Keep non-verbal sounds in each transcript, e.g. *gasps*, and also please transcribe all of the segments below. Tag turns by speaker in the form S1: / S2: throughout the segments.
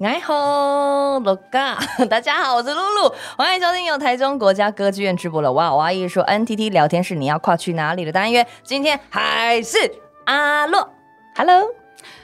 S1: 哎吼，罗嘎！大家 *laughs* 好，我是露露，欢迎收听由台中国家歌剧院直播的哇哇艺术 NTT 聊天室，你要跨去哪里的单元？今天还是阿洛，Hello，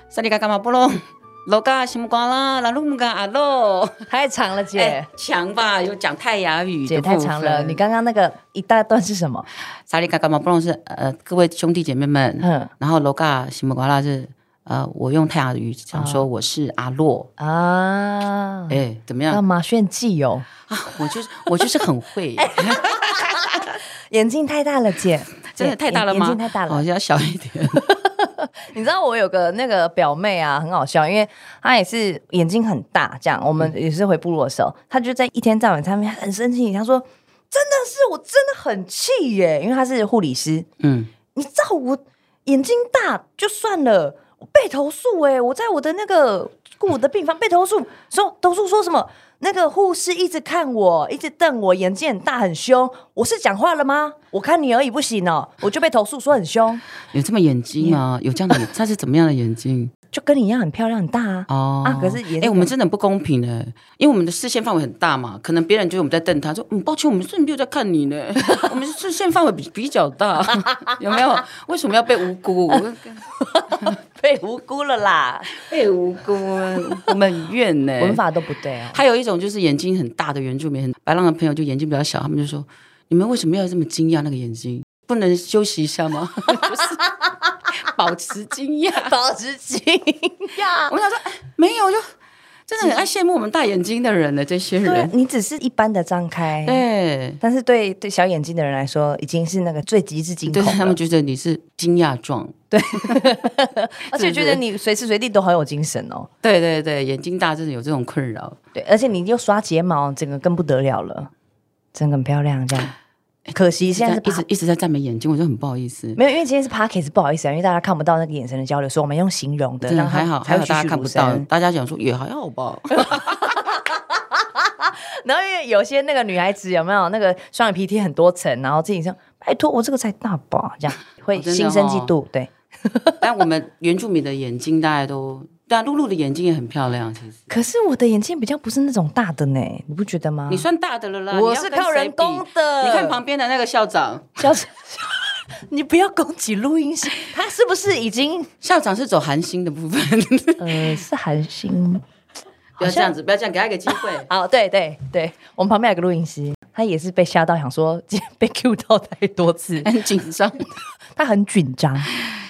S2: 萨利嘎嘎马波隆， *laughs* 罗嘎西木瓜啦，拉鲁木嘎阿洛，
S1: 太长了姐，
S2: 哎强吧，有讲泰雅语
S1: 姐太长了，你刚刚那个一大段是什么？
S2: 萨利嘎嘎马波隆是呃，各位兄弟姐妹们，
S1: 嗯
S2: 然后罗嘎西木瓜啦是呃，我用泰雅语讲说我是阿洛，
S1: 啊，
S2: 哎、怎么
S1: 那
S2: 样
S1: 马炫技哦，
S2: 啊？ *laughs* 我就是我就是很
S1: *laughs*
S2: 会，
S1: 哎眼睛太大了姐，
S2: *laughs* 真的
S1: 姐
S2: 太大了吗？
S1: 眼睛太大了
S2: 好，像小一点。
S1: 你知道我有个那个表妹啊，很好笑，因为她也是眼睛很大，这样我们也是回部落的时候，她就在一天到晚她面很生气，她说：“真的是我真的很气耶，因为她是护理师，
S2: 嗯，
S1: 你知道我眼睛大就算了，我被投诉哎、我在我的那个顾我的病房被投诉，说投诉说什么？那个护士一直看我，一直瞪我，眼睛很大很凶。我是讲话了吗？我看你而已不行哦，我就被投诉说很凶，
S2: 有这么眼睛吗？有这样的眼，他是怎么样的眼睛？
S1: 就跟你一样很漂亮很大啊。
S2: 哦
S1: 啊可是也
S2: 哎、
S1: 是
S2: 我们真的很不公平呢，因为我们的视线范围很大嘛，可能别人觉得我们在瞪他，说嗯，抱歉，我们是没有在看你呢， *laughs* 我们视线范围比比较大， *laughs* 有没有？为什么要被无辜？我
S1: 被无辜了啦，
S2: *laughs* 被无辜，我们很怨呢。
S1: *laughs* 文法都不对哦。
S2: 还有一种就是眼睛很大的原住民，很白浪的朋友就眼睛比较小，他们就说你们为什么要这么惊讶那个眼睛？不能休息一下吗？ *laughs* 就是保持惊讶。
S1: *laughs*
S2: *laughs*
S1: 保持啊惊讶，
S2: 我想说，哎没有，就真的很爱羡慕我们大眼睛的人呢，这些
S1: 对
S2: 人。
S1: 你只是一般的张开，
S2: 对，
S1: 但是对对小眼睛的人来说，已经是那个最极致惊
S2: 对
S1: 恐
S2: 他
S1: 了
S2: 们，觉得你是惊讶状。
S1: 而且觉得你随时随地都好有精神哦。
S2: 对对对，眼睛大真的有这种困扰。
S1: 对，而且你又刷睫毛，整个更不得了了，整个很漂亮这样。
S2: 哎
S1: 可惜现在是
S2: 一直
S1: pa-
S2: 一直在赞美眼睛，我就很不好意思。
S1: 没有，因为今天是 p a c k a s e 不好意思啊，因为大家看不到那个眼神的交流，所以我们用形容的，
S2: 真的
S1: 让它
S2: 还好，
S1: 才
S2: 还
S1: 有
S2: 好
S1: 栩
S2: 大
S1: 栩
S2: 家看
S1: 如
S2: 不到，
S1: 生。
S2: 大家想说也还好 *laughs* 吧。
S1: 然后因为有些那个女孩子有没有那个双眼皮贴很多层，然后自己说拜托我这个才大吧，
S2: *laughs*
S1: 这样会
S2: 哦真的
S1: 心生嫉
S2: 哦
S1: 妒。对，
S2: 但我们原住民的眼睛大家都，但露露的眼睛也很漂亮，其实
S1: 可是我的眼睛比较不是那种大的呢，你不觉得吗？
S2: 你算大的了啦。
S1: 我
S2: 你要
S1: 是
S2: 跟
S1: 靠
S2: 谁
S1: 人工
S2: 比
S1: 的
S2: 你看旁边的那个校长，
S1: 小， *laughs* 你不要攻击录音师，他是不是已经
S2: 校长是走韩星的部分，
S1: 呃是韩星？。
S2: *laughs* 不要这样子，不要这样，给他一个机会
S1: 哦，对对对，我们旁边有个录音师，他也是被吓到，想说今天被 Q 到太多次，
S2: *laughs* 很紧张，
S1: 他很紧张，然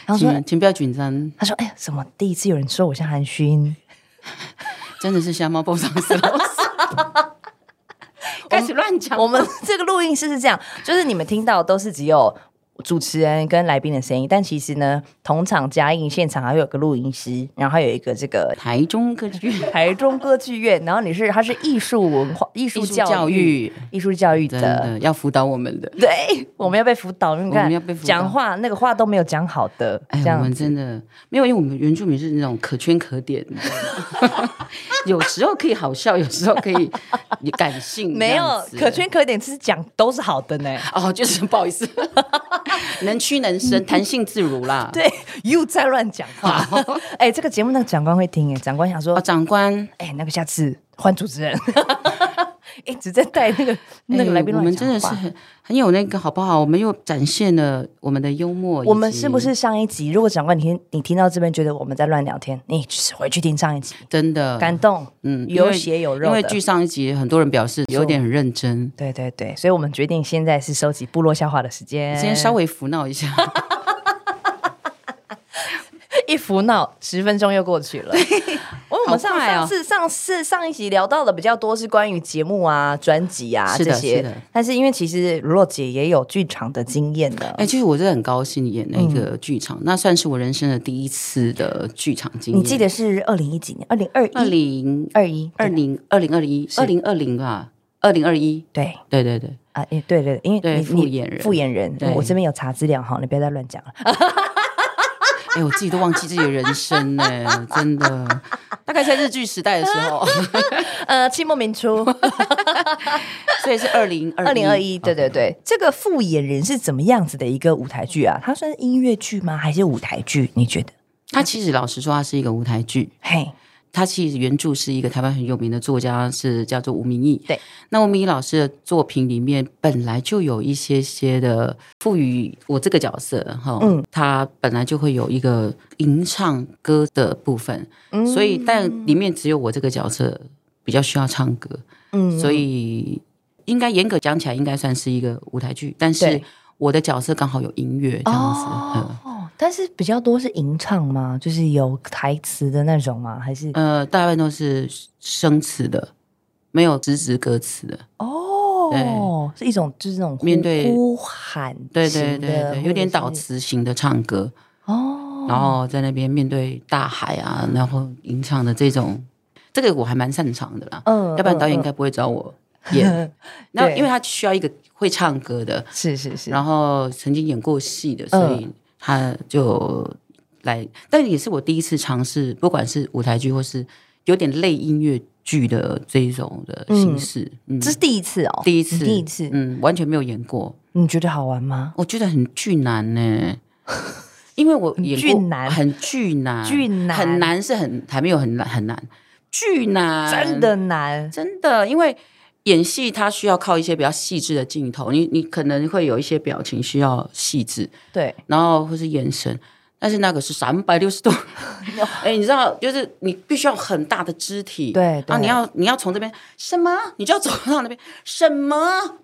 S1: 后说
S2: 请请不要紧张，
S1: 他说哎什么第一次有人说我像韩勋，
S2: 真的是瞎猫碰上死
S1: *laughs*
S2: 老鼠，开始乱讲。
S1: 我们这个录音室是这样，就是你们听到都是只有主持人跟来宾的声音，但其实呢，同场加映现场还会有个录音师，然后还有一个这个
S2: 台中歌剧院
S1: 台中歌剧院，然后你是它是艺术文化、艺术
S2: 艺术
S1: 教
S2: 教
S1: 育、
S2: 育
S1: 艺术教育
S2: 真
S1: 的。
S2: 的要辅导我们的，
S1: 对，我们要被辅导，你
S2: 我
S1: 看
S2: 们要被辅导
S1: 讲话那个话都没有讲好的，
S2: 哎
S1: 这，样
S2: 我们真的没有，因为我们原住民是那种可圈可点，你知道吗
S1: *laughs*
S2: 有时候可以好笑，有时候可以感性，
S1: 没
S2: 这
S1: 有
S2: 样子
S1: 可圈可点，是讲都是好的呢。 *laughs*
S2: 哦，就是不好意思，能屈能伸，弹性自如啦。，
S1: 嗯对，又在乱讲话。 *laughs* 哎，这个节目那个长官会听哎，长官想说
S2: 哦，，长官，
S1: 哎，那个下次换主持人， *laughs* 一直在带那个那个
S2: 哎
S1: 来宾
S2: 我
S1: 乱
S2: 们
S1: 讲
S2: 真的是
S1: 话
S2: 很很有那个，好不好？我们又展现了我们的幽默以及，
S1: 我们是不是上一集？如果长官你听你听到这边觉得我们在乱聊天，你去回去听上一集，
S2: 真的
S1: 感动，
S2: 嗯因
S1: 有
S2: 为
S1: 血有
S2: 因
S1: 肉
S2: 为
S1: 的
S2: 据。上一集，很多人表示有点很认真，
S1: 对对对，所以我们决定现在是收集部落笑话的时间。
S2: 今天稍微胡闹一下，
S1: *laughs* 一胡闹，十分钟又过去
S2: *laughs*
S1: 了。我我们上
S2: 好快哦
S1: 上次上次上一集聊到的比较多是关于节目啊、专辑啊
S2: 是
S1: 这
S2: 的
S1: 些
S2: 是的，
S1: 但是因为其实若姐也有剧场的经验的
S2: 哎、，其实我真的很高兴演
S1: 嗯
S2: 那个剧场，那算是我人生的第一次的剧场经验。
S1: 你记得是二零一几年？二零二
S2: 二
S1: 一
S2: 零
S1: 二一
S2: 二零二零二一二零二零吧，二零二一，
S1: 对。
S2: 对对对，
S1: 啊，诶对对，对因为
S2: 对
S1: 你
S2: 复
S1: 你
S2: 演人
S1: 复演人，
S2: 对
S1: 我这边有查资料哈，你不要再乱讲了。
S2: 哎、我自己都忘记自己的人生呢、真的，大概在日剧时代的时
S1: *laughs*
S2: 候，
S1: 呃，清末民
S2: *laughs*
S1: 初，
S2: 所以是二零
S1: 二零二
S2: 哦
S1: 一，对对对，这个复演人是怎么样子的一个舞台剧啊？它算是音乐剧吗？还是舞台剧？你觉得？
S2: 它其实老实说，它是一个舞台剧，
S1: 嘿，
S2: 他其实原著是一个台湾很有名的作家，是叫做吴明义。
S1: 对，
S2: 那吴明义老师的作品里面本来就有一些些的赋予我这个角色哈，
S1: 嗯
S2: 他本来就会有一个吟唱歌的部分，
S1: 嗯
S2: 所以但里面只有我这个角色比较需要唱歌，
S1: 嗯
S2: 所以应该严格讲起来应该算是一个舞台剧，但是
S1: 对
S2: 我的角色刚好有音乐这样子，嗯
S1: 哦，但是比较多是吟唱吗？就是有台词的那种吗？还是
S2: 呃，大半都是生词的，没有直指歌词的。
S1: 哦，是一种就是那种呼
S2: 面对
S1: 呼喊
S2: 对
S1: 型的，
S2: 对对对，
S1: 或者
S2: 有点
S1: 是
S2: 导词型的唱歌，
S1: 哦，
S2: 然后在那边面对大海啊，然后吟唱的这种，这个我还蛮擅长的啦。
S1: 嗯
S2: 要不然导演应
S1: 嗯
S2: 该不会找我演。
S1: *laughs* 嗯
S2: 那
S1: 对
S2: 因为他需要一个会唱歌的，
S1: 是是是，
S2: 然后曾经演过戏的，所
S1: 嗯
S2: 以他就来，但也是我第一次尝试，不管是舞台剧或是有点类音乐剧的这一种的形式，嗯，
S1: 这是第一次哦，
S2: 第一次，
S1: 你第一次，
S2: 嗯，完全没有演过，
S1: 你觉得好玩吗？
S2: 我觉得很巨难呢、
S1: *laughs*
S2: 因为我演过
S1: 很巨难
S2: 很巨难，
S1: 巨难
S2: 很难是很还没有很难很难，巨难，
S1: 真的难，
S2: 嗯真的，因为演戏它需要靠一些比较细致的镜头，你你可能会有一些表情需要细致，
S1: 对，
S2: 然后或是眼神，但是那个是三百六
S1: *laughs*
S2: 十度， *laughs* 哎，你知道，就是你必须要很大的肢体，
S1: 对对，
S2: 啊，你要你要从这边什么，你就要走到那边什么，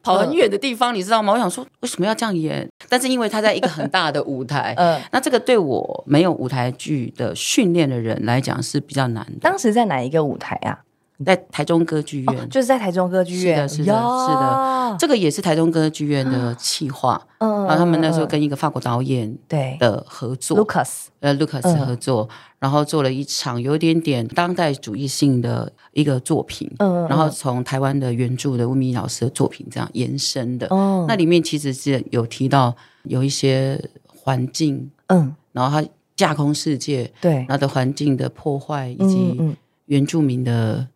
S2: 跑很远的地方，你知道吗？我想说为什么要这样演？但是因为他在一个很大的舞台
S1: *laughs* 嗯，
S2: 那这个对我没有舞台剧的训练的人来讲是比较难的，
S1: 当时在哪一个舞台啊？
S2: 在台中歌剧院。
S1: 哦，就是在台中歌剧院，
S2: 是的是的
S1: 呀
S2: 是的，这个也是台中歌剧院的企划，
S1: 嗯
S2: 然后他们那时
S1: 嗯
S2: 候
S1: 嗯
S2: 跟一个法国导演
S1: 对
S2: 的合作，
S1: Lucas，
S2: 呃，Lucas
S1: 嗯
S2: 合作，然后做了一场有一点点当代主义性的一个作品，
S1: 嗯嗯
S2: 然后从台湾的原著的吴明老师的作品这样延伸的。
S1: 嗯
S2: 那里面其实是有提到有一些环境，
S1: 嗯，
S2: 然后它架空世界，
S1: 对
S2: 然，后的环境的破坏以
S1: 嗯
S2: 及
S1: 嗯
S2: 原住民的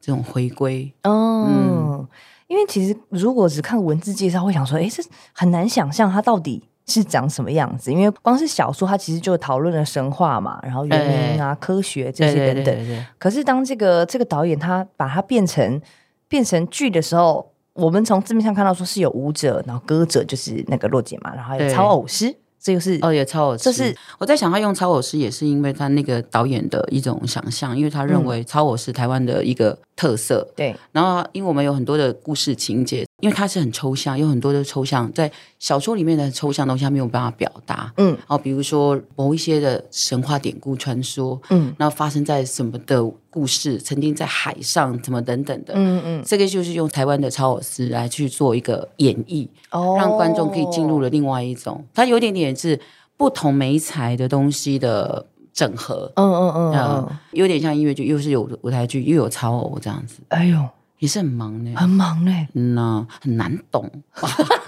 S2: 这种回归。
S1: 嗯哦，因为其实如果只看文字介绍，会想说，哎，这很难想象它到底。是长什么样子？因为光是小说，它其实就讨论了神话嘛，然后原因啊、科学这
S2: 对
S1: 些
S2: 对
S1: 等
S2: 对
S1: 等。
S2: 对对，
S1: 可是当这个这个导演他把它变成变成剧的时候，我们从字面上看到说是有舞者，然后歌者就是那个洛姐嘛，然后还有
S2: 对
S1: 操偶师，这就是
S2: 哦，也超偶师。
S1: 这是
S2: 我在想，他用超偶师也是因为他那个导演的一种想象，因为他认
S1: 嗯
S2: 为超偶是台湾的一个特色。
S1: 对
S2: 然后，因为我们有很多的故事情节，因为它是很抽象，有很多的抽象在小说里面的抽象东西，它没有办法表达。
S1: 嗯
S2: 哦，比如说某一些的神话典故传说，
S1: 嗯
S2: 然后发生在什么的故事，曾经在海上怎么等等的，
S1: 嗯嗯
S2: 这个就是用台湾的超偶师来去做一个演绎。
S1: 哦
S2: 让观众可以进入
S1: 了
S2: 了另外一种，它有点点是不同媒材的东西的整合，
S1: 嗯嗯嗯嗯
S2: 嗯，有点像音乐剧，又是有舞台剧，又有超偶这样子，
S1: 哎呦，
S2: 也是很忙呢。
S1: 很忙嘞、
S2: 嗯呐、很难懂。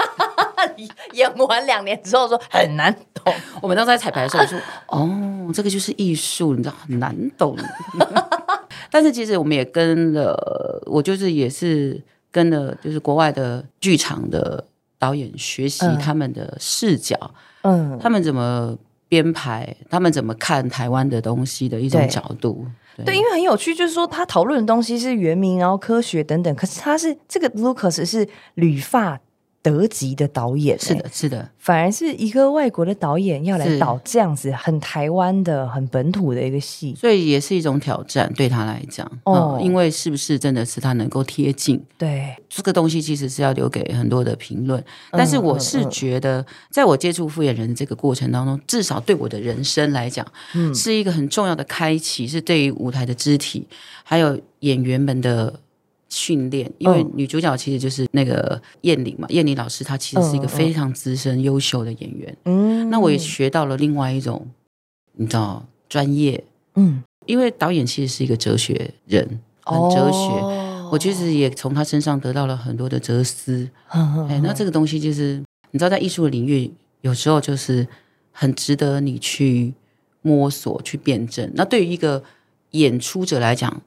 S1: *laughs* 演完两年之后说很难懂，
S2: 我们当时在彩排的时候我说：“哦，这个就是艺术，你知道很难懂。” *laughs* 但是其实我们也跟了，我就是也是跟了，就是国外的剧场的导演学习
S1: 嗯
S2: 他们的视角，
S1: 嗯，
S2: 他们怎么编排，他们怎么看台湾的东西的一种
S1: 对
S2: 角度。
S1: 对，因为很有趣，就是说他讨论的东西是原名，然后科学等等，可是他是这个 Lucas 是旅发德籍的导演、
S2: 是，的，是的，
S1: 反而是一个外国的导演要来
S2: 是
S1: 导这样子很台湾的、很本土的一个戏，
S2: 所以也是一种挑战对他来讲。
S1: 哦
S2: 哦、因为是不是真的是他能够贴近
S1: 对，
S2: 这个东西，其实是要留给很多的评论。
S1: 嗯
S2: 但是我是觉得，在我接触复眼人的这个过程当中，至少对我的人生来讲，
S1: 嗯
S2: 是一个很重要的开启，是对于舞台的肢体，还有演员们的。训练，因为
S1: 嗯
S2: 女主角其实就是那个燕玲嘛，燕玲老师她其实是一
S1: 嗯
S2: 个
S1: 嗯
S2: 非常资深、优秀的演员。
S1: 嗯
S2: 那我也学到了另外一种，你知道，专业，
S1: 嗯，
S2: 因为导演其实是一个哲学人，很哲学。
S1: 哦
S2: 我其实也从他身上得到了很多的哲思。
S1: 哼哼
S2: 哎、那这个东西就是你知道，在艺术的领域，有时候就是很值得你去摸索、去辩证。那对于一个演出者来讲，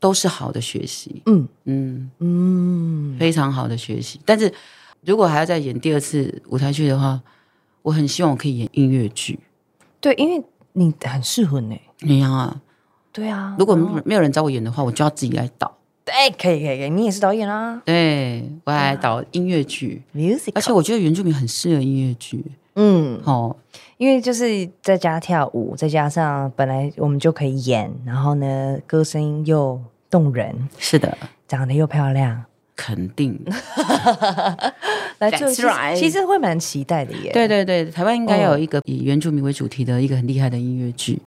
S2: 都是好的学习，
S1: 嗯
S2: 嗯，
S1: 嗯，
S2: 非常好的学习。但是如果还要再演第二次舞台剧的话，我很希望我可以演音乐剧。
S1: 对，因为你很适合呢，
S2: 你呀、啊，
S1: 对啊，
S2: 如果没有人找我演的话，我就要自己来导。
S1: 哎，可以可以可以，你也是导演啊
S2: 对，我来导音乐剧，
S1: ，music，
S2: 而且我觉得原住民很适合音乐剧。
S1: 嗯，
S2: 哦，
S1: 因为就是在家跳舞，再加上本来我们就可以演，然后呢，歌声又动人，
S2: 是的，
S1: 长得又漂亮，
S2: 肯定。
S1: 来就
S2: That's
S1: 其实
S2: right
S1: 其实会蛮期待的耶。
S2: 对对对，台湾应该有一个以原住民为主题的一个很厉害的音乐剧。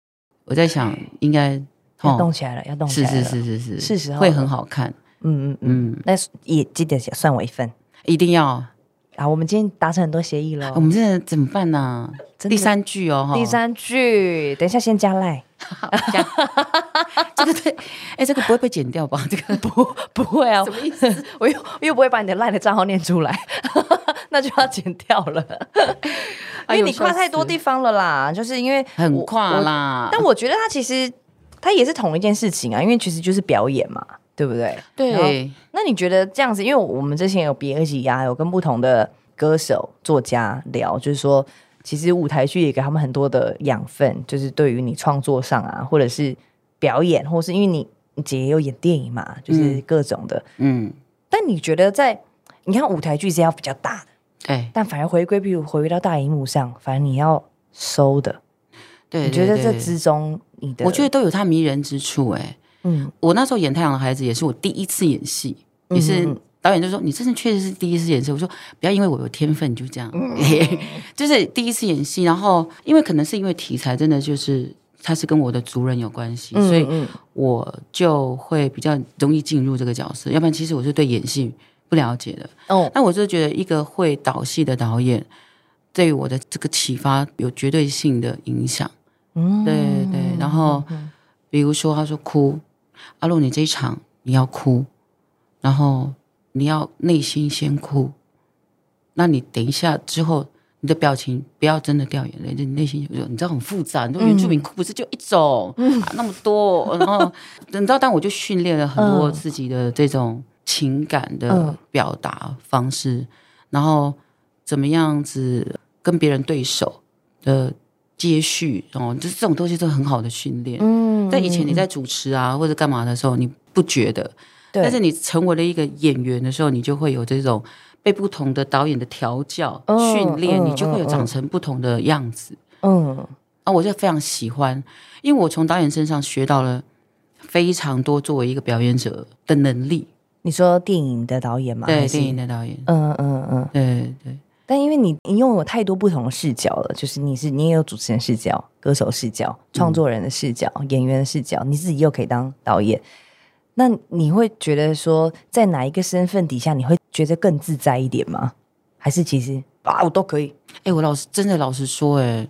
S2: 我在想，应该哦
S1: 要哎动，起来了，要动起
S2: 是
S1: 来了，
S2: 是，是是是，
S1: 是时候
S2: 会
S1: 了
S2: 很好看。
S1: 嗯嗯嗯，
S2: 嗯，
S1: 那也记得算我一份。
S2: 一定要。哦
S1: 啊，我们今天达成很多协议
S2: 我
S1: 了。
S2: 们现在怎么办呢？
S1: 真的
S2: 第三句哦，哈
S1: 第三句，等一下先加赖，
S2: 这个对，哎，这个不会被剪掉吧？ *laughs* 这个 *laughs* 不
S1: 不会啊
S2: 什，么意思？
S1: 我又我又不会把你的赖的账号念出来， *laughs* 那就要剪掉了，因
S2: *laughs* 哎
S1: 为
S2: 呦
S1: 你跨太多地，方了啦，就是因为
S2: 笑死很
S1: 我
S2: 跨。
S1: 我
S2: 啦。
S1: 但我觉得它其实它也是同一件事情啊，因为其实就是表演嘛，对不对？然后。
S2: 对，
S1: 那你觉得这样子？因为我们之前有别一集啊，有跟不同的歌手、作家聊，就是说，其实舞台剧也给他们很多的养分，就是对于你创作上啊，或者是表演，或是因为你你姐也有演电影嘛，就是各种的。
S2: 嗯，
S1: 但你觉得在你看舞台剧是要比较大的，
S2: 哎，
S1: 但反而回归，比如回归到大荧幕上，反而你要收的。
S2: 对，
S1: 你觉得
S2: 对
S1: 这
S2: 对
S1: 之中你的，
S2: 我觉得都有它迷人之处。哎，
S1: 嗯，
S2: 我那时候演《太阳的孩子》也是我第一次演戏，也是导演就说你真的确实是第一次演戏。我说不要因为我有天分就这样， *laughs* 就是第一次演戏。然后因为可能是因为题材真的就是它是跟我的族人有关系，所以
S1: 嗯
S2: 我就会比较容易进入这个角色。要不然其实我是对演戏不了解的。
S1: 哦，
S2: 那我就觉得一个会导戏的导演。对我的这个启发有绝对性的影响，
S1: 嗯
S2: 对对。然后比如说，他说哭，阿露，你这一场你要哭，然后你要内心先哭，那你等一下之后。你的表情不要真的掉眼泪，就你内心就你知道很复杂。你说原住民哭不是就一种、啊那么多，然后你知道，但我就训练了很多
S1: 嗯
S2: 自己的这种情感的
S1: 嗯
S2: 表达方式，然后怎么样子跟别人对手的接续，哦，就是这种东西都很好的训练。
S1: 嗯
S2: 在以前你在主持啊或者干嘛的时候，你不觉得，
S1: 对，
S2: 但是你成为了一个演员的时候，你就会有这种被不同的导演的调教、
S1: 嗯
S2: 训练，
S1: 嗯
S2: 你就会有长成不同的样子。
S1: 嗯
S2: 啊，我就非常喜欢，因为我从导演身上学到了非常多作为一个表演者的能力。
S1: 你说电影的导演吗？
S2: 对
S1: 还是
S2: 电影的导演，
S1: 嗯嗯嗯。
S2: 对对。
S1: 但因为你你拥有太多不同的视角了，就是你是你也有主持人视角、歌手视角、创作人的视角、
S2: 嗯
S1: 演员的视角，你自己又可以当导演。那你会觉得说，在哪一个身份底下，你会觉得更自在一点吗？还是其实啊，我都可以，
S2: 哎、我老实真的老实说、哎，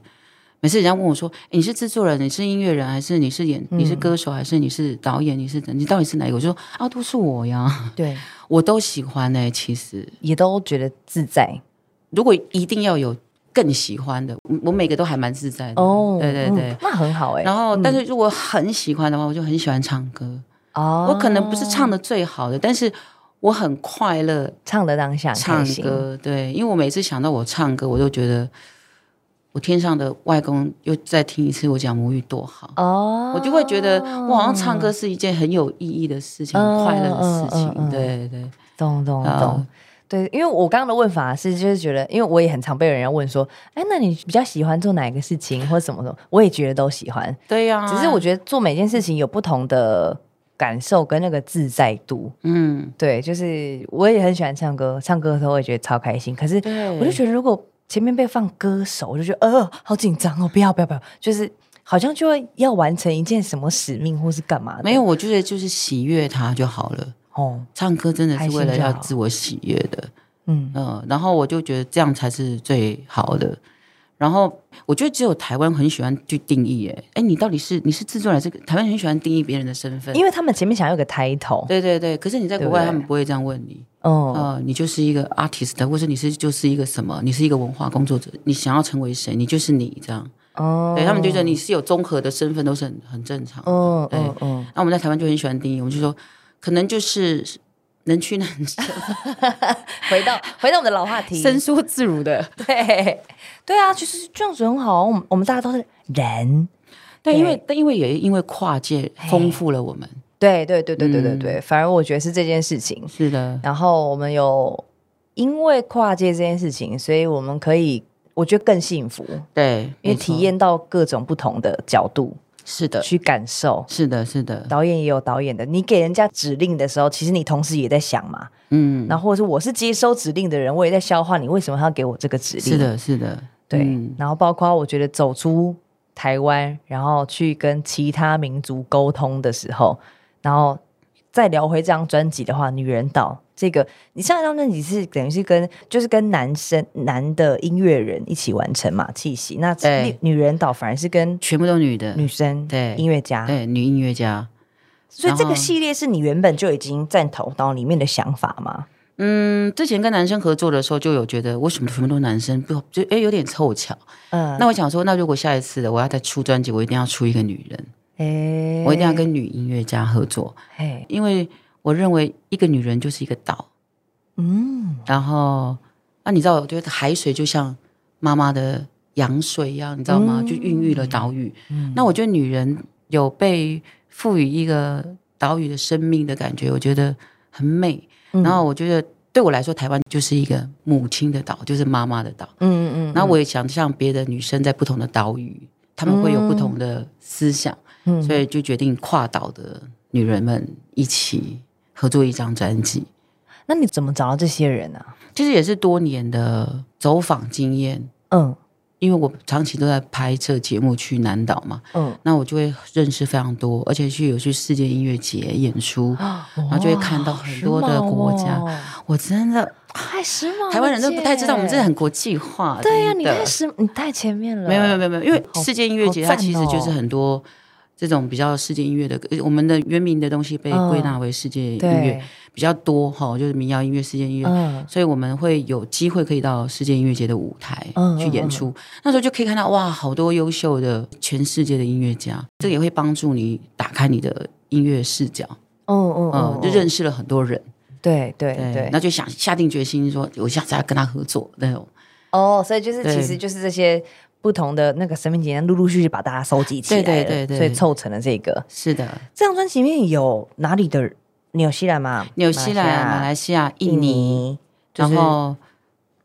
S2: 每次人家问我说、哎你是制作人，你是音乐人，还是你是演，你
S1: 嗯
S2: 是歌手，还是你是导演，你是你到底是哪一个？我就说啊，都是我呀， *laughs*
S1: 对，
S2: 我都喜欢哎、其实，
S1: 也都觉得自在
S2: 如果一定要有更喜欢的，我我每个都还蛮自在的。
S1: 哦。
S2: 对对
S1: 嗯
S2: 对
S1: 那很好哎、
S2: 然后，但是如果很喜欢的话，我就很喜欢唱歌。
S1: 哦，
S2: 我可能不是唱的最好的，但是我很快乐
S1: 唱的当下很开
S2: 唱
S1: 心
S2: 歌。对，因为我每次想到我唱歌，我都觉得我天上的外公又再听一次我讲母语多好。
S1: 哦，
S2: 我就会觉得我好像唱歌是一件很有意义的事情，
S1: 嗯
S2: 很快乐的事情。
S1: 嗯嗯嗯
S2: 对对，
S1: 懂懂
S2: 啊
S1: 懂。对，因为我刚刚的问法是，就是觉得，因为我也很常被人家问说，哎，那你比较喜欢做哪一个事情，或者什么什么？我也觉得都喜欢，
S2: 对呀、
S1: 只是我觉得做每件事情有不同的感受跟那个自在度。
S2: 嗯，
S1: 对，就是我也很喜欢唱歌，唱歌的时候我也觉得超开心。可是
S2: 对
S1: 我就觉得，如果前面被放歌手，我就觉得呃，好紧张哦，不要不要不要，就是好像就会要完成一件什么使命或是干嘛的。
S2: 没有，我觉得就是喜悦它就好了。
S1: 哦，
S2: 唱歌真的是为
S1: 开
S2: 了
S1: 心就好
S2: 要自我喜悦的，
S1: 嗯
S2: 嗯、然后我就觉得这样才是最好的。然后我觉得只有台湾很喜欢去定义，哎，哎，你到底是你是制作人还是台湾很喜欢定义别人的身份？
S1: 因为他们前面想要有个 title，
S2: 对对对，可是你在国
S1: 对
S2: 外
S1: 不对
S2: 他们不会这样问你，
S1: 嗯，
S2: 呃，你就是一个 artist，或者你是就是一个什么，你是一个文化工作者，你想要成为谁，你就是你这样。
S1: 哦
S2: 对他们就觉得你是有综合的身份，都是很很正常。
S1: 嗯
S2: 对
S1: 嗯嗯，
S2: 那我们在台湾就很喜欢定义，我们就说可能就是能屈
S1: *laughs*
S2: 能伸、
S1: 回
S2: *laughs*
S1: 到回到我们的老话题，
S2: 伸缩自如的。
S1: 啊
S2: 嗯
S1: 对对啊，其实这样子很好，我们我们大家都是人，
S2: 但因为但因为也因为跨界丰富了我们，
S1: 对对对对对对
S2: 嗯
S1: 对，反而我觉得是这件事情。
S2: 是的，
S1: 然后我们有因为跨界这件事情，所以我们可以我觉得更幸福，
S2: 对，
S1: 因为
S2: 没错
S1: 体验到各种不同的角度
S2: 是的，
S1: 去感受。
S2: 是的，是的，
S1: 导演也有导演的，你给人家指令的时候，其实你同时也在想嘛。
S2: 嗯，
S1: 然后或者是我是接收指令的人，我也在消化你为什么要给我这个指令。
S2: 是，的，是的，
S1: 对。
S2: 嗯
S1: 然后包括我觉得走出台湾，然后去跟其他民族沟通的时候，然后再聊回这张专辑的话，《女人岛》这个，你上一张专辑是等于是跟就是跟男生男的音乐人一起完成嘛气息，那
S2: 对
S1: 女女人岛反而是跟
S2: 全部都女的，
S1: 女啊生
S2: 对
S1: 音乐家，
S2: 对，女音乐家，
S1: 所以这个
S2: 然后
S1: 系列是你原本就已经在头脑里面的想法吗？
S2: 嗯，之前跟男生合作的时候就有觉得为什么全部都男生，不就哎有点凑巧。
S1: 嗯，
S2: 那我想说，那如果下一次的我要再出专辑，我一定要出一个女人，
S1: 哎
S2: 我一定要跟女音乐家合作，
S1: 哎，
S2: 因为我认为一个女人就是一个岛。
S1: 嗯，
S2: 然后，那、你知道，我觉得海水就像妈妈的羊水一样，你知道吗？就孕育了岛屿。那我觉得女人有被赋予一个岛屿的生命的感觉，我觉得很美。
S1: 嗯
S2: 然后我觉得对我来说，台湾就是一个母亲的岛，就是妈妈的岛。
S1: 嗯嗯嗯，
S2: 然后我也想像别的女生在不同的岛屿，她们会有不同的思想，
S1: 嗯
S2: 所以就决定跨岛的女人们一起合作一张专辑。
S1: 嗯那你怎么找到这些人啊？
S2: 其实也是多年的走访经验，
S1: 嗯
S2: 因为我长期都在拍摄节目去南岛嘛，
S1: 嗯
S2: 那我就会认识非常多，而且去有去世界音乐节演出，
S1: 啊，
S2: 然后就会看到很多的国家。
S1: 哇好时髦哦
S2: 我真的
S1: 太时髦了姐，
S2: 台湾人都不太知道，我们真的很国际化。
S1: 对呀，
S2: 真
S1: 你
S2: 的
S1: 太时，你太前面了，
S2: 没有没有没有没有，因为
S1: 好
S2: 世界音乐节
S1: 好
S2: 它
S1: 赞
S2: 其实就是
S1: 哦
S2: 很多这种比较世界音乐的，呃我们的原名的东西被
S1: 嗯
S2: 归纳为世界音乐、
S1: 对，
S2: 比较多哈，就是民谣音乐、世界音乐。
S1: 嗯
S2: 所以我们会有机会可以到世界音乐节的舞台
S1: 嗯
S2: 去演出，那时候就可以看到哇，好多优秀的全世界的音乐家，这也会帮助你打开你的音乐视角，
S1: 嗯嗯
S2: 嗯，就认识了很多人，
S1: 对对
S2: 对
S1: 对，，
S2: 那就想下定决心说，我下次要跟他合作那种，
S1: 哦，所以就是
S2: 对
S1: 其实就是这些。不同的那个生命经验，陆陆续续把大家收集起来了，
S2: 对对对对
S1: 所以凑成了这个。
S2: 是的，
S1: 这张专辑里面有哪里的纽西兰吗？
S2: 纽西兰、马来西亚、印尼，
S1: 就是
S2: 然后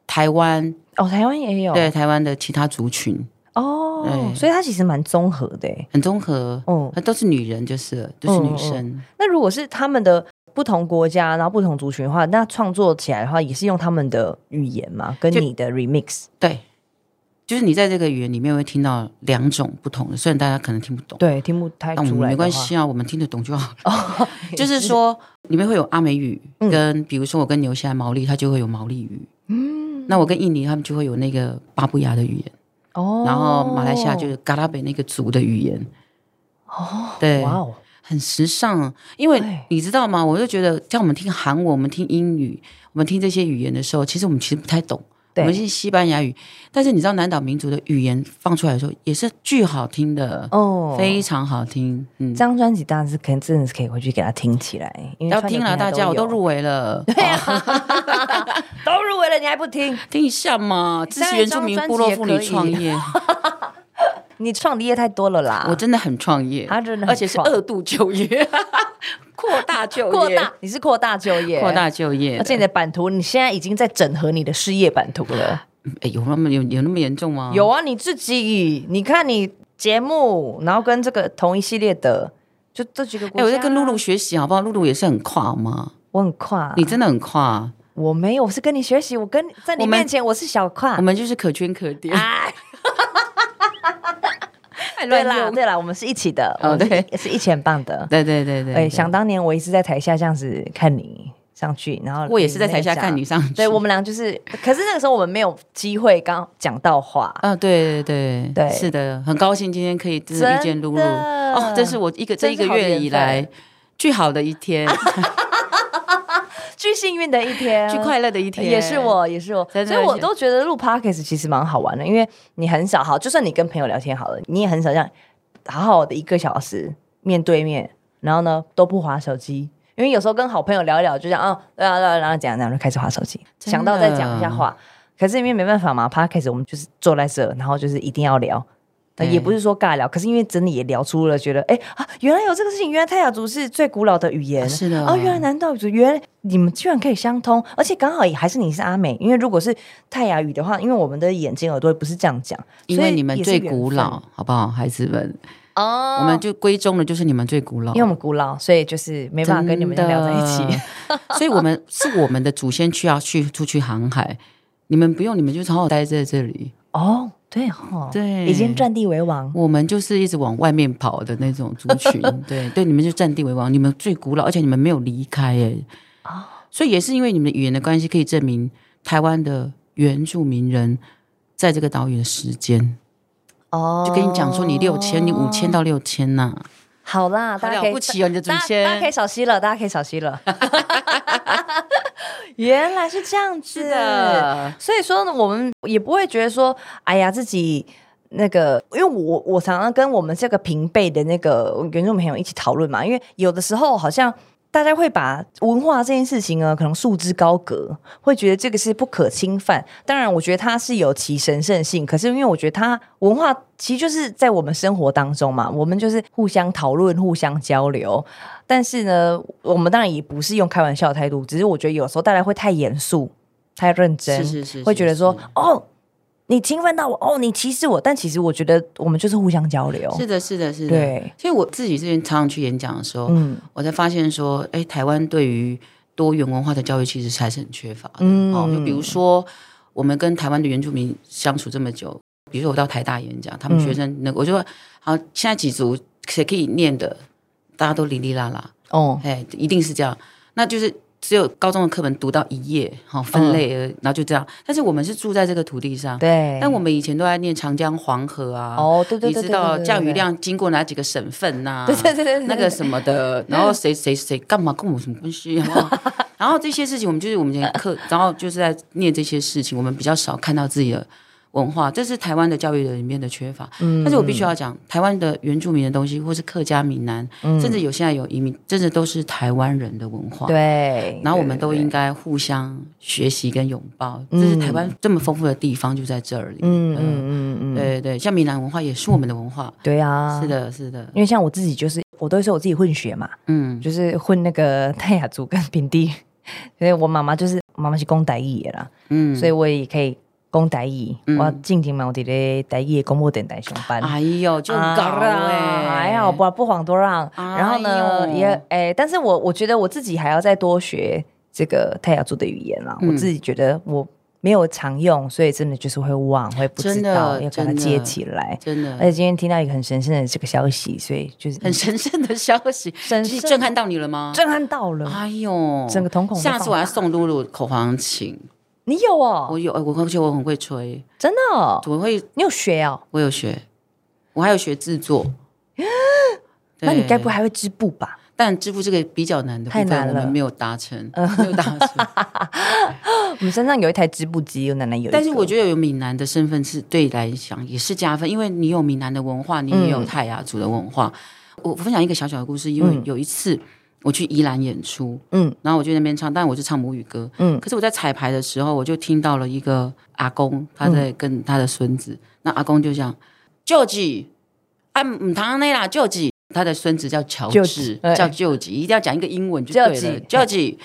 S2: 台湾，
S1: 哦，台湾也有，
S2: 对台湾的其他族群
S1: 哦
S2: 对，
S1: 所以它其实蛮综合的欸。
S2: 很综合，
S1: 嗯
S2: 那都是女人，就是了就是女生，
S1: 那如果是他们的不同国家，然后不同族群的话，那创作起来的话，也是用他们的语言嘛，跟
S2: 就
S1: 你的 remix。
S2: 对，就是你在这个语言里面会听到两种不同的，虽然大家可能听不懂，
S1: 对，听不太
S2: 但我
S1: 出
S2: 们
S1: 来，哦
S2: 没关。系啊，我们听得懂就好了。 *laughs* 就是说，里面会有阿美语，
S1: 嗯
S2: 跟比如说我跟纽西兰毛利，它就会有毛利语。嗯，那我跟印尼他们就会有那个巴布亚的语言，
S1: 哦
S2: 然后马来西亚就是嘎拉北那个族的语言。哦，对，
S1: 哇哦，
S2: 很时尚，因为
S1: 对
S2: 你知道吗？我就觉得，像我们听韩文、我们听英语、我们听这些语言的时候，其实我们其实不太懂。我
S1: 对
S2: 们是西班牙语，但是你知道南岛民族的语言放出来的时候，也是巨好听的，
S1: 哦，
S2: 非常好听。嗯
S1: 这，张专辑当然是可能真的是可以回去给他听起来，因为
S2: 要
S1: 川流
S2: 听了
S1: 平台
S2: 大家，我
S1: 有
S2: 都入围
S1: *laughs*
S2: 了，
S1: 都入围了，你还不听？
S2: 听一下嘛，支持原住民部落妇女创
S1: *laughs*
S2: 业，
S1: 你创的业太多了啦，
S2: 我真的很创业，
S1: 他啊真的很
S2: 而且是
S1: 创
S2: 二度就业，扩大就业，
S1: *laughs* 扩大，你是扩大就业，
S2: 扩大就业的，
S1: 而且你的版图，你现在已经在整合你的事业版图了。
S2: 哎有那么有有那么严重吗？
S1: 有啊，你自己，你看你节目，然后跟这个同一系列的，就这几个国家。
S2: 哎、
S1: 啊
S2: 我在跟露露，学习，好不好？露露也是很跨嘛，
S1: 我很跨，
S2: 你真的很跨，
S1: 我没有，我是跟你学习，我跟在你
S2: 我们
S1: 面前我是小跨
S2: 我。们就是可圈可点。 *laughs*
S1: 哎，对啦，对啦，我们是一起的，
S2: 哦
S1: 我们是
S2: 对
S1: 是一起很棒的。
S2: 对对对对
S1: 哎，
S2: 对，
S1: 想当年我也是在台下这样子看你上去，然后
S2: 我也是在台下
S1: 那个
S2: 看你上去。
S1: 讲。对我们俩就是，可是那个时候我们没有机会刚讲到话，
S2: 啊，对对对
S1: 对
S2: 是的，很高兴今天可以真
S1: 真
S2: 的
S1: 的
S2: 遇见露露。哦，这是我一个这
S1: 真
S2: 一
S1: 是
S2: 个
S1: 好
S2: 月
S1: 缘
S2: 以
S1: 分
S2: 来最好的一
S1: *laughs*
S2: 天，
S1: 最幸运的一天，
S2: 最快乐的一天，
S1: 也是。我，也是我，所
S2: 真的
S1: 以我
S2: 是
S1: 都觉得录 podcast 其实蛮好玩的，因为你很少好，就算你跟朋友聊天好了，你也很少这样好好的一个小时面对面，然后呢都不划手机，因为有时候跟好朋友聊一聊，就这样啊，对啊，对啊，然后讲讲就开始划手机，
S2: 真的
S1: 想到再讲一下话，可是因为没办法嘛，podcast 我们就是坐在这，然后就是一定要聊，但
S2: 对
S1: 也不是说尬聊，可是因为真的也聊出了，觉得哎、啊，原来有这个事情，原来泰雅族是最古老的语言，
S2: 是的
S1: 啊，原来南岛语族，原来你们居然可以相通，而且刚好也还是你是阿美，因为如果是泰雅语的话，因为我们的眼睛耳朵不是这样讲，
S2: 因
S1: 所以
S2: 为你们
S1: 也是
S2: 最
S1: 缘
S2: 古
S1: 分
S2: 老，好不好，孩子们？
S1: 哦
S2: 我们就归宗的就是你们最古老，
S1: 因为我们古老，所以就是没办法跟你们
S2: 真的
S1: 聊在一起。，
S2: *laughs* 所以我们是我们的祖先去要去出去航海，你们不用，你们就好好待在这里。
S1: 哦，对哈，
S2: 对
S1: 已经占地为王。
S2: 我们就是一直往外面跑的那种
S1: *laughs*
S2: 族群，对对，你们就占地为王，你们最古老，而且你们没有离开哎、
S1: 哦
S2: 所以也是因为你们的语言的关系，可以证明台湾的原住民人在这个岛屿的时间，
S1: 哦，
S2: 就跟你讲说你六千，你五千到六千呐、
S1: 好啦，
S2: 好
S1: 大家可
S2: 了
S1: 以
S2: 不起哦，你的祖
S1: 大家大家可以
S2: 先。
S1: 少吸了，大家可以少吸了。 *laughs* 原来是这样子，
S2: 是的，
S1: 所以说呢，我们也不会觉得说，哎呀，自己那个，因为我我常常跟我们这个平辈的那个原住民朋友一起讨论嘛，因为有的时候好像。大家会把文化这件事情呢，可能束之高阁，会觉得这个是不可侵犯。当然，我觉得它是有其神圣性，可是因为我觉得它文化其实就是在我们生活当中嘛，我们就是互相讨论、互相交流。但是呢，我们当然也不是用开玩笑的态度，只是我觉得有时候大家会太严肃、太认真，
S2: 是是是，
S1: 会觉得说
S2: 是
S1: 哦，你侵犯到我，哦，你歧视我，但其实我觉得我们就是互相交流，
S2: 是的，是的，是的。
S1: 对，
S2: 所以我自己之前常常去演讲的时候，
S1: 嗯
S2: 我才发现说，哎，台湾对于多元文化的教育其实还是很缺乏的。
S1: 嗯
S2: 哦，就比如说我们跟台湾的原住民相处这么久，比如说我到台大演讲，他们
S1: 嗯
S2: 学生那个，我就说，好，现在几组谁可以念的，大家都哩哩啦啦，
S1: 哦，
S2: 哎，一定是这样。那就是只有高中的课本读到一页，好、分类而，然后就这样。但是我们是住在这个土地上，
S1: 嗯对，
S2: 但我们以前都在念长江黄河啊，
S1: 哦，对对
S2: 你
S1: 对，
S2: 知
S1: 对
S2: 道降雨，量经过哪几个省份呐、对
S1: *laughs*
S2: 对
S1: 对对对
S2: 那个什
S1: *laughs*
S2: 么的，然后谁谁谁干嘛跟我什么关系？然后然后这些事情，我们就是我们以前课，然后就是在念这些事情，我们比较少看到自己的文化，这是台湾的教育里面的缺乏。
S1: 嗯
S2: 但是我必须要讲，台湾的原住民的东西，或是客家、闽南，甚至有现在有移民，真的都是台湾人的文化。
S1: 嗯对对对对，
S2: 然后我们都
S1: 对
S2: 应该互相学习跟拥抱，这是台湾这么丰富的地方就在这里。
S1: 嗯嗯嗯嗯，
S2: 对对，像闽南文化也是我们的文化，
S1: 对啊，
S2: 是，的，是的，
S1: 因为像我自己就是，我都会说我自己混血嘛，
S2: 嗯，
S1: 就是混那个 *laughs* 泰雅族跟平地，所以我妈妈就是妈妈是公台语的啦，
S2: 嗯
S1: 所以我也可以公台语，我进前嘛我伫咧台语的广播电台上班。
S2: 哎呦，就
S1: 啊
S2: 搞哎，
S1: 还好，不不遑多让。
S2: 哎
S1: 然后呢，
S2: 呦
S1: 也哎、但是我我觉得我自己还要再多学这个泰雅族的语言啦。
S2: 嗯
S1: 我自己觉得我没有常用，所以真的就是会忘，会不知
S2: 真的
S1: 道要把它
S2: 真的
S1: 接起来。
S2: 真的
S1: 而且今天听到一个很神圣的这个消息，所以就是
S2: 很神圣的消息，
S1: 神
S2: 是
S1: 圣
S2: 震撼到你了吗？
S1: 震撼到了。
S2: 哎呦，
S1: 整个瞳孔都
S2: 下次
S1: 放
S2: 我要送露露口簧琴，
S1: 你有哦，
S2: 我有，哎我而且我很会吹，
S1: 真的、哦，
S2: 我会，
S1: 你有学哦？
S2: 我有学，我还有学制作。
S1: *gasps* 那你
S2: 对
S1: 该不会还会织布吧？
S2: 但支付这个比较难的部
S1: 太
S2: 分，
S1: 难
S2: 我
S1: 了
S2: 们没有
S1: *laughs*
S2: 达成，没有达成。
S1: 我们身上有一台织布机，我奶奶有一个。
S2: 但是我觉得有闽南的身份是对来讲也是加分，因为你有闽南的文化，你
S1: 嗯
S2: 也有泰雅族的文化。我我分享一个小小的故事，因为有一次我去宜兰演出，
S1: 嗯
S2: *laughs* 嗯，然后我就在那边唱，但我是唱母语歌，
S1: 嗯
S2: 嗯，可是我在彩排的时候，我就听到了一个阿公他在跟他的孙
S1: 嗯
S2: 子，那阿公就讲舅舅，啊，唔堂内啦，舅舅。他的孙子叫乔
S1: 舅
S2: 治
S1: 子，哎
S2: 叫舅吉，一定要讲一个英文就对
S1: 舅
S2: 了
S1: 吉。
S2: 舅吉，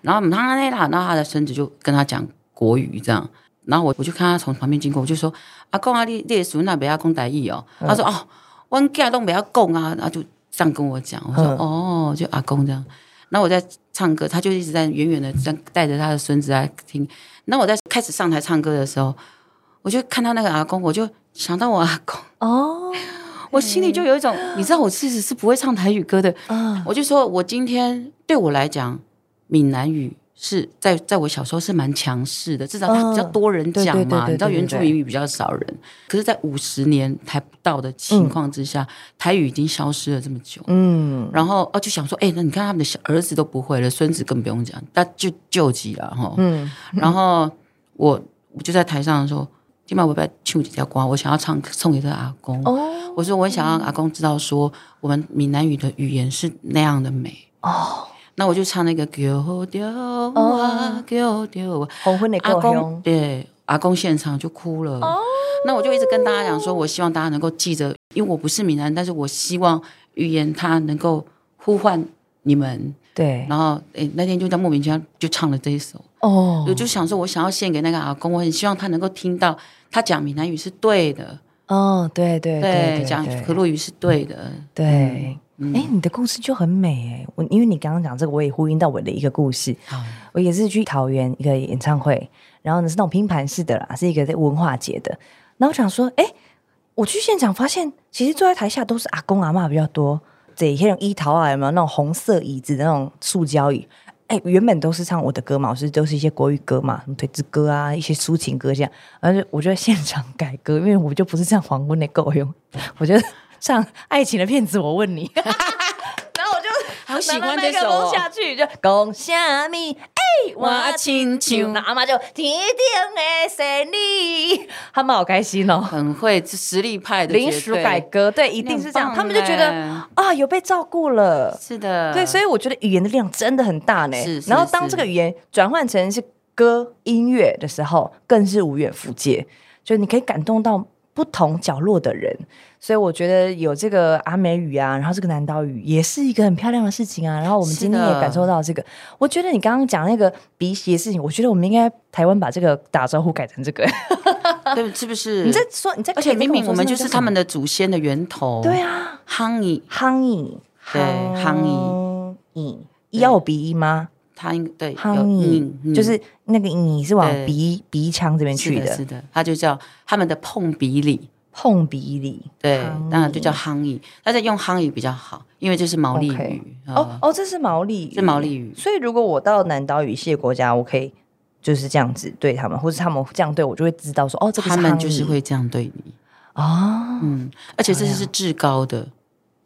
S2: 然后他那啦，然后他的孙子就跟他讲国语这样，然后我我就看他从旁边经过，我就说：“阿公啊，你你的孙那不要讲台语哦。他说：“哦，我囝都不要讲啊。”然后就这样跟我讲，我说：“
S1: 嗯
S2: 哦，就阿公这样。”然后我在唱歌，他就一直在远远的这样带着他的孙子在听。那我在开始上台唱歌的时候，我就看到那个阿公，我就想到我阿公，
S1: 哦，
S2: 我心里就有一种，你知道我其实是不会唱台语歌的，
S1: 啊，
S2: 我就说我今天对我来讲，闽南语是在在我小时候是蛮强势的，至少它
S1: 嗯
S2: 比较多人讲
S1: 对对对
S2: 嘛。
S1: 对
S2: 你知道
S1: 对对
S2: 原住民语比较少人，可是，在五十年台不到的情况之下，台语已经消失了这么久。
S1: 嗯，
S2: 然后哦，就想说，哎、那你看他们的小儿子都不会了，孙子更不用讲，那就救急了哈。
S1: 嗯
S2: 嗯，然后我我就在台上说，今晚我要唱几条歌，我想要唱送给这个阿公。
S1: 哦，
S2: 我说我很想让阿公知道说，我们闽南语的语言是那样的美哦。那我就唱那个丢丢啊丢丢啊，
S1: 黄昏的
S2: 阿
S1: 故
S2: 公
S1: 乡，哦
S2: 对阿公现场就哭了。那我就一直跟大家讲说，我希望大家能够记着，因为我不是闽南人，但是我希望语言它能够呼唤你们。
S1: 对，
S2: 然后，诶，那天就在莫名其妙就唱了这一首，
S1: 哦
S2: 我就想说，我想要献给那个阿公，我很希望他能够听到，他讲闽南语是对的，
S1: 哦，对对对，
S2: 讲
S1: 对
S2: 可洛语是对的，
S1: 对。
S2: 嗯
S1: 哎、你的故事就很美哎、我因为你刚刚讲这个，我也呼应到我的一个故事。
S2: 好，
S1: 我也是去桃园一个演唱会，然后呢是那种拼盘式的啦，是一个在文化节的。然后我想说，哎、我去现场发现，其实坐在台下都是阿公阿嬷比较多，这些人一桃啊，有没有那种红色椅子的那种塑胶椅？哎、原本都是唱我的歌嘛，我是都是一些国语歌嘛，什么《腿之歌》啊，一些抒情歌这样。而且我就在现场改歌，因为我就不是唱黄昏的够用，我就唱《爱情的骗子》，我问你。 *laughs* 然后我就
S2: 好喜
S1: 拿
S2: 欢
S1: 了
S2: 这
S1: 麦克
S2: 首
S1: 风
S2: 哦
S1: 下去就讲虾米，哎、我亲像，那阿妈就天顶的神你，他们好开心哦。
S2: 很会是实力派的，
S1: 临时改，革，对，一
S2: 你很
S1: 定是这样，
S2: 棒
S1: 他们就觉
S2: 耶
S1: 得啊有被照顾了，
S2: 是的，
S1: 对，所以我觉得语言的力量真的很大呢
S2: 嗯是。是
S1: 然后当
S2: 是
S1: 这个语言转换成是歌音乐的时候，更是无远弗届，就你可以感动到不同角落的人。所以我觉得有这个阿美语啊，然后这个南岛语也是一个很漂亮的事情啊。然后我们
S2: 是
S1: 今天也
S2: 的
S1: 感受到这个，我觉得你刚刚讲那个鼻息的事情，我觉得我们应该台湾把这个打招呼改成这个。
S2: 对，是不是？
S1: 呃你在说你在，
S2: 而且
S1: 哎你在跟
S2: 明明
S1: 说
S2: 我们
S1: 那
S2: 就
S1: 个叫
S2: 是他
S1: 什么
S2: 们的祖先的源头，
S1: 对啊，
S2: 夯你，
S1: 夯影，
S2: 对夯
S1: 影，要有鼻音吗？
S2: 他应对有
S1: 夯影
S2: 嗯
S1: 就是那个你是往
S2: 对
S1: 鼻鼻腔这边
S2: 是
S1: 去
S2: 的，
S1: 的，
S2: 是的，他就叫他们的碰鼻礼，
S1: 碰鼻里。夯
S2: 对
S1: 语，
S2: 当然就叫夯语，但是用夯语比较好，因为这是毛利
S1: OK
S2: 语，
S1: 哦
S2: 哦，
S1: 哦，这是毛利，
S2: 是毛利。语，
S1: 所以如果我到南岛语系的国家，我可以就是这样子对他们，或是他们这样对我，就会知道说哦，这个
S2: 他
S1: 夯
S2: 们就是
S1: 语
S2: 会这样对你，
S1: 哦，
S2: 嗯，而且这是至高的，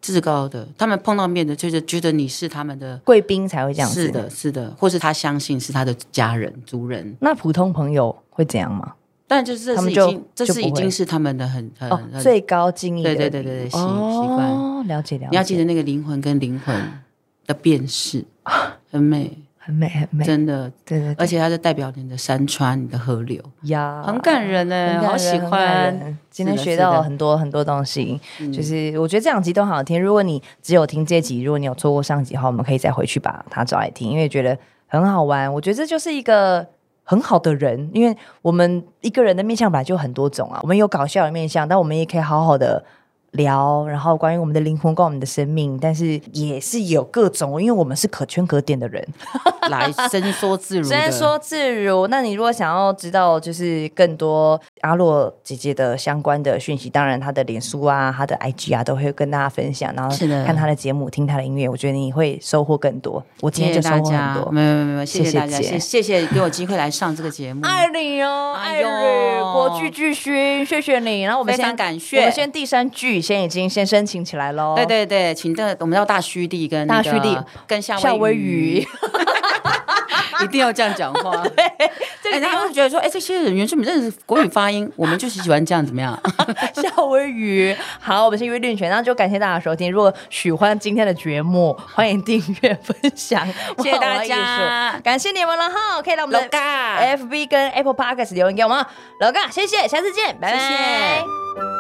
S2: 至高的，他们碰到面的就是觉得你是他们的，
S1: 贵宾才会这样子。
S2: 是，的，是的，或是他相信是他的家人、族人，
S1: 那普通朋友会怎样吗？
S2: 但就是这
S1: 他
S2: 是
S1: 们
S2: 已
S1: 就
S2: 经，这
S1: 就是不
S2: 已
S1: 会
S2: 经是他们的很很
S1: 哦，
S2: 嗯很
S1: 最高敬意的礼，
S2: 对对对对对习习惯
S1: 哦，了解了解，
S2: 你要记得那个灵魂跟灵魂的
S1: *laughs*
S2: 辨识，很美，
S1: 很美很美，
S2: 真的，
S1: 对对
S2: 而
S1: 对
S2: 且它是代表你的山川、你的河流，
S1: 呀，
S2: 很感
S1: 很
S2: 人呢，
S1: 感
S2: 好喜
S1: 人很感
S2: 欢。
S1: 人今天
S2: 是的
S1: 学
S2: 是的嗯
S1: 到很多很多东西，就是我觉得这两集都很好听。如果你只有听这集，如果你有错过上集的话，我们可以再回去把它找来听，因为觉得很好玩。我觉得这就是一个。很好的人，因为我们一个人的面相本来就很多种啊，我们有搞笑的面相，但我们也可以好好的聊，然后关于我们的灵魂跟我们的生命，但是也是有各种，因为我们是可圈可点的人，
S2: 来伸缩自如的。
S1: 虽然说自如，那你如果想要知道就是更多阿洛姐姐的相关的讯息，当然她的脸书啊、她的 IG 啊都会跟大家分享，然后
S2: 是的
S1: 看她的节目、听她的音乐，我觉得你会收获更多。我今
S2: 谢
S1: 天
S2: 谢
S1: 就收
S2: 大
S1: 获
S2: 家嗯
S1: 很，多，
S2: 没有没有没有，谢
S1: 谢
S2: 谢
S1: 谢
S2: 大家，
S1: 姐
S2: 谢谢谢给我机会来上这个节目，
S1: 爱你哦，
S2: 哎
S1: 爱
S2: 呦
S1: 你，国剧巨星，谢谢你。然后我们
S2: 非常
S1: 先
S2: 感谢
S1: 我们先第三句先已经先申请起来喽。
S2: 对对对，请的我们要大虚地跟那个
S1: 大虚地
S2: 跟夏
S1: 夏威
S2: 威
S1: 夷，
S2: *laughs* 一定要这样讲
S1: *laughs*
S2: 话。哎，然后就觉得说，哎，这些人原住民认识国语发音，我们就是喜欢这样，怎么样？
S1: *laughs* 夏威夷。好，我们是约定权，那就感谢大家的收听。如果喜欢今天的节
S2: *laughs*
S1: 目，欢迎订阅、分享，
S2: 谢谢大
S1: 哇我要艺术
S2: 家
S1: 感谢你们了哈！可以来我们
S2: 老
S1: 的
S2: 嘎，
S1: FB 跟 Apple Podcast 留言给我们哦，老哥，谢谢，下次见，拜拜。
S2: 谢谢